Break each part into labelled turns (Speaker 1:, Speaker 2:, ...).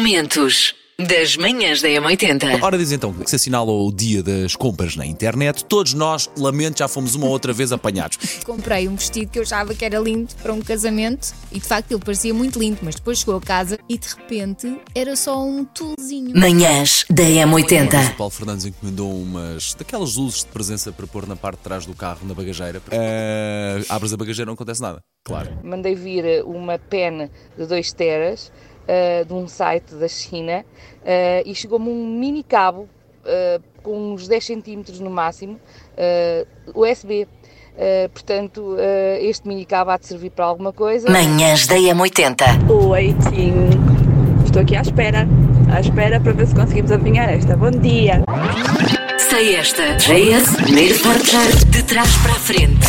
Speaker 1: Momentos das manhãs da M80.
Speaker 2: Ora diz então que se assinala o dia das compras na internet, todos nós, lamento, já fomos uma outra vez apanhados.
Speaker 3: Comprei um vestido que eu achava que era lindo para um casamento e de facto ele parecia muito lindo, mas depois chegou a casa e de repente era só um tulezinho.
Speaker 1: Manhãs da
Speaker 2: Mas O
Speaker 1: M80.
Speaker 2: Paulo Fernandes encomendou umas daquelas luzes de presença para pôr na parte de trás do carro, na bagageira. Eh, abres a bagageira, não acontece nada. Claro.
Speaker 4: mandei vir eh, uma pen de 2 teras ah, de um site da China ah, e chegou-me um mini cabo ah, com uns 10 centímetros no máximo, ah, USB. Ah, portanto, ah, este mini cabo há de servir para alguma coisa.
Speaker 1: Manhãs da M80.
Speaker 5: Oi, Tim. Estou aqui à espera. À espera para ver se conseguimos adivinhar esta. Bom dia.
Speaker 1: Sei esta. JS, primeiro portar de trás para a frente.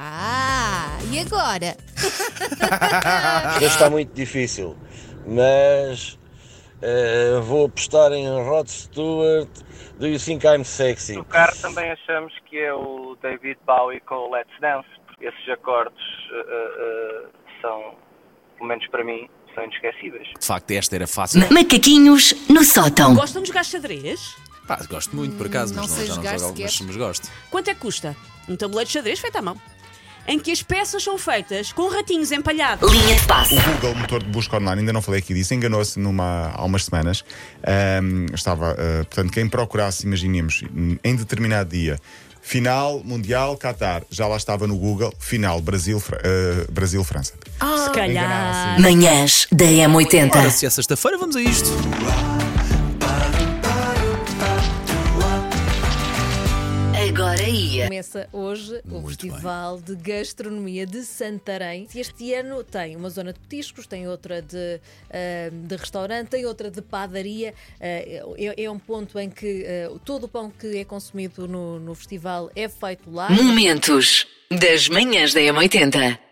Speaker 3: Ah, e agora?
Speaker 6: Este está muito difícil, mas eh, vou apostar em Rod Stewart. Do you think I'm sexy?
Speaker 7: do carro também achamos que é o David Bowie com o Let's Dance. porque Esses acordes eh, eh, são, pelo menos para mim, são inesquecíveis.
Speaker 2: De facto, esta era fácil.
Speaker 1: Macaquinhos no sótão.
Speaker 8: Gostam de jogar xadrez?
Speaker 2: Pá, gosto muito, por acaso,
Speaker 3: Não
Speaker 2: mas
Speaker 3: sei
Speaker 2: já não
Speaker 3: jogar
Speaker 2: jogo, mas,
Speaker 3: sequer.
Speaker 2: mas gosto.
Speaker 8: Quanto é que custa? Um tabuleiro de xadrez feito à mão. Em que as peças são feitas com ratinhos empalhados.
Speaker 1: Linha de passe.
Speaker 9: O Google, motor de busca online, ainda não falei aqui disso, enganou-se numa- há umas semanas. Ahm, estava, ah, portanto, quem procurasse, imaginemos, em determinado dia, final Mundial Qatar, já lá estava no Google, final Brasil, Fra- ah, Brasil-França.
Speaker 8: se
Speaker 1: Ah,
Speaker 8: calhar.
Speaker 1: Manhãs da
Speaker 2: Ora,
Speaker 1: M80.
Speaker 2: se é sexta-feira, vamos a isto.
Speaker 1: Agora ia.
Speaker 10: Começa hoje o Festival de Gastronomia de Santarém. Este ano tem uma zona de petiscos, tem outra de, ah, de restaurante, tem outra de padaria. Ah, é, é um ponto em que ah, todo o pão que é consumido no, no festival é feito lá.
Speaker 1: Momentos das manhãs da M80.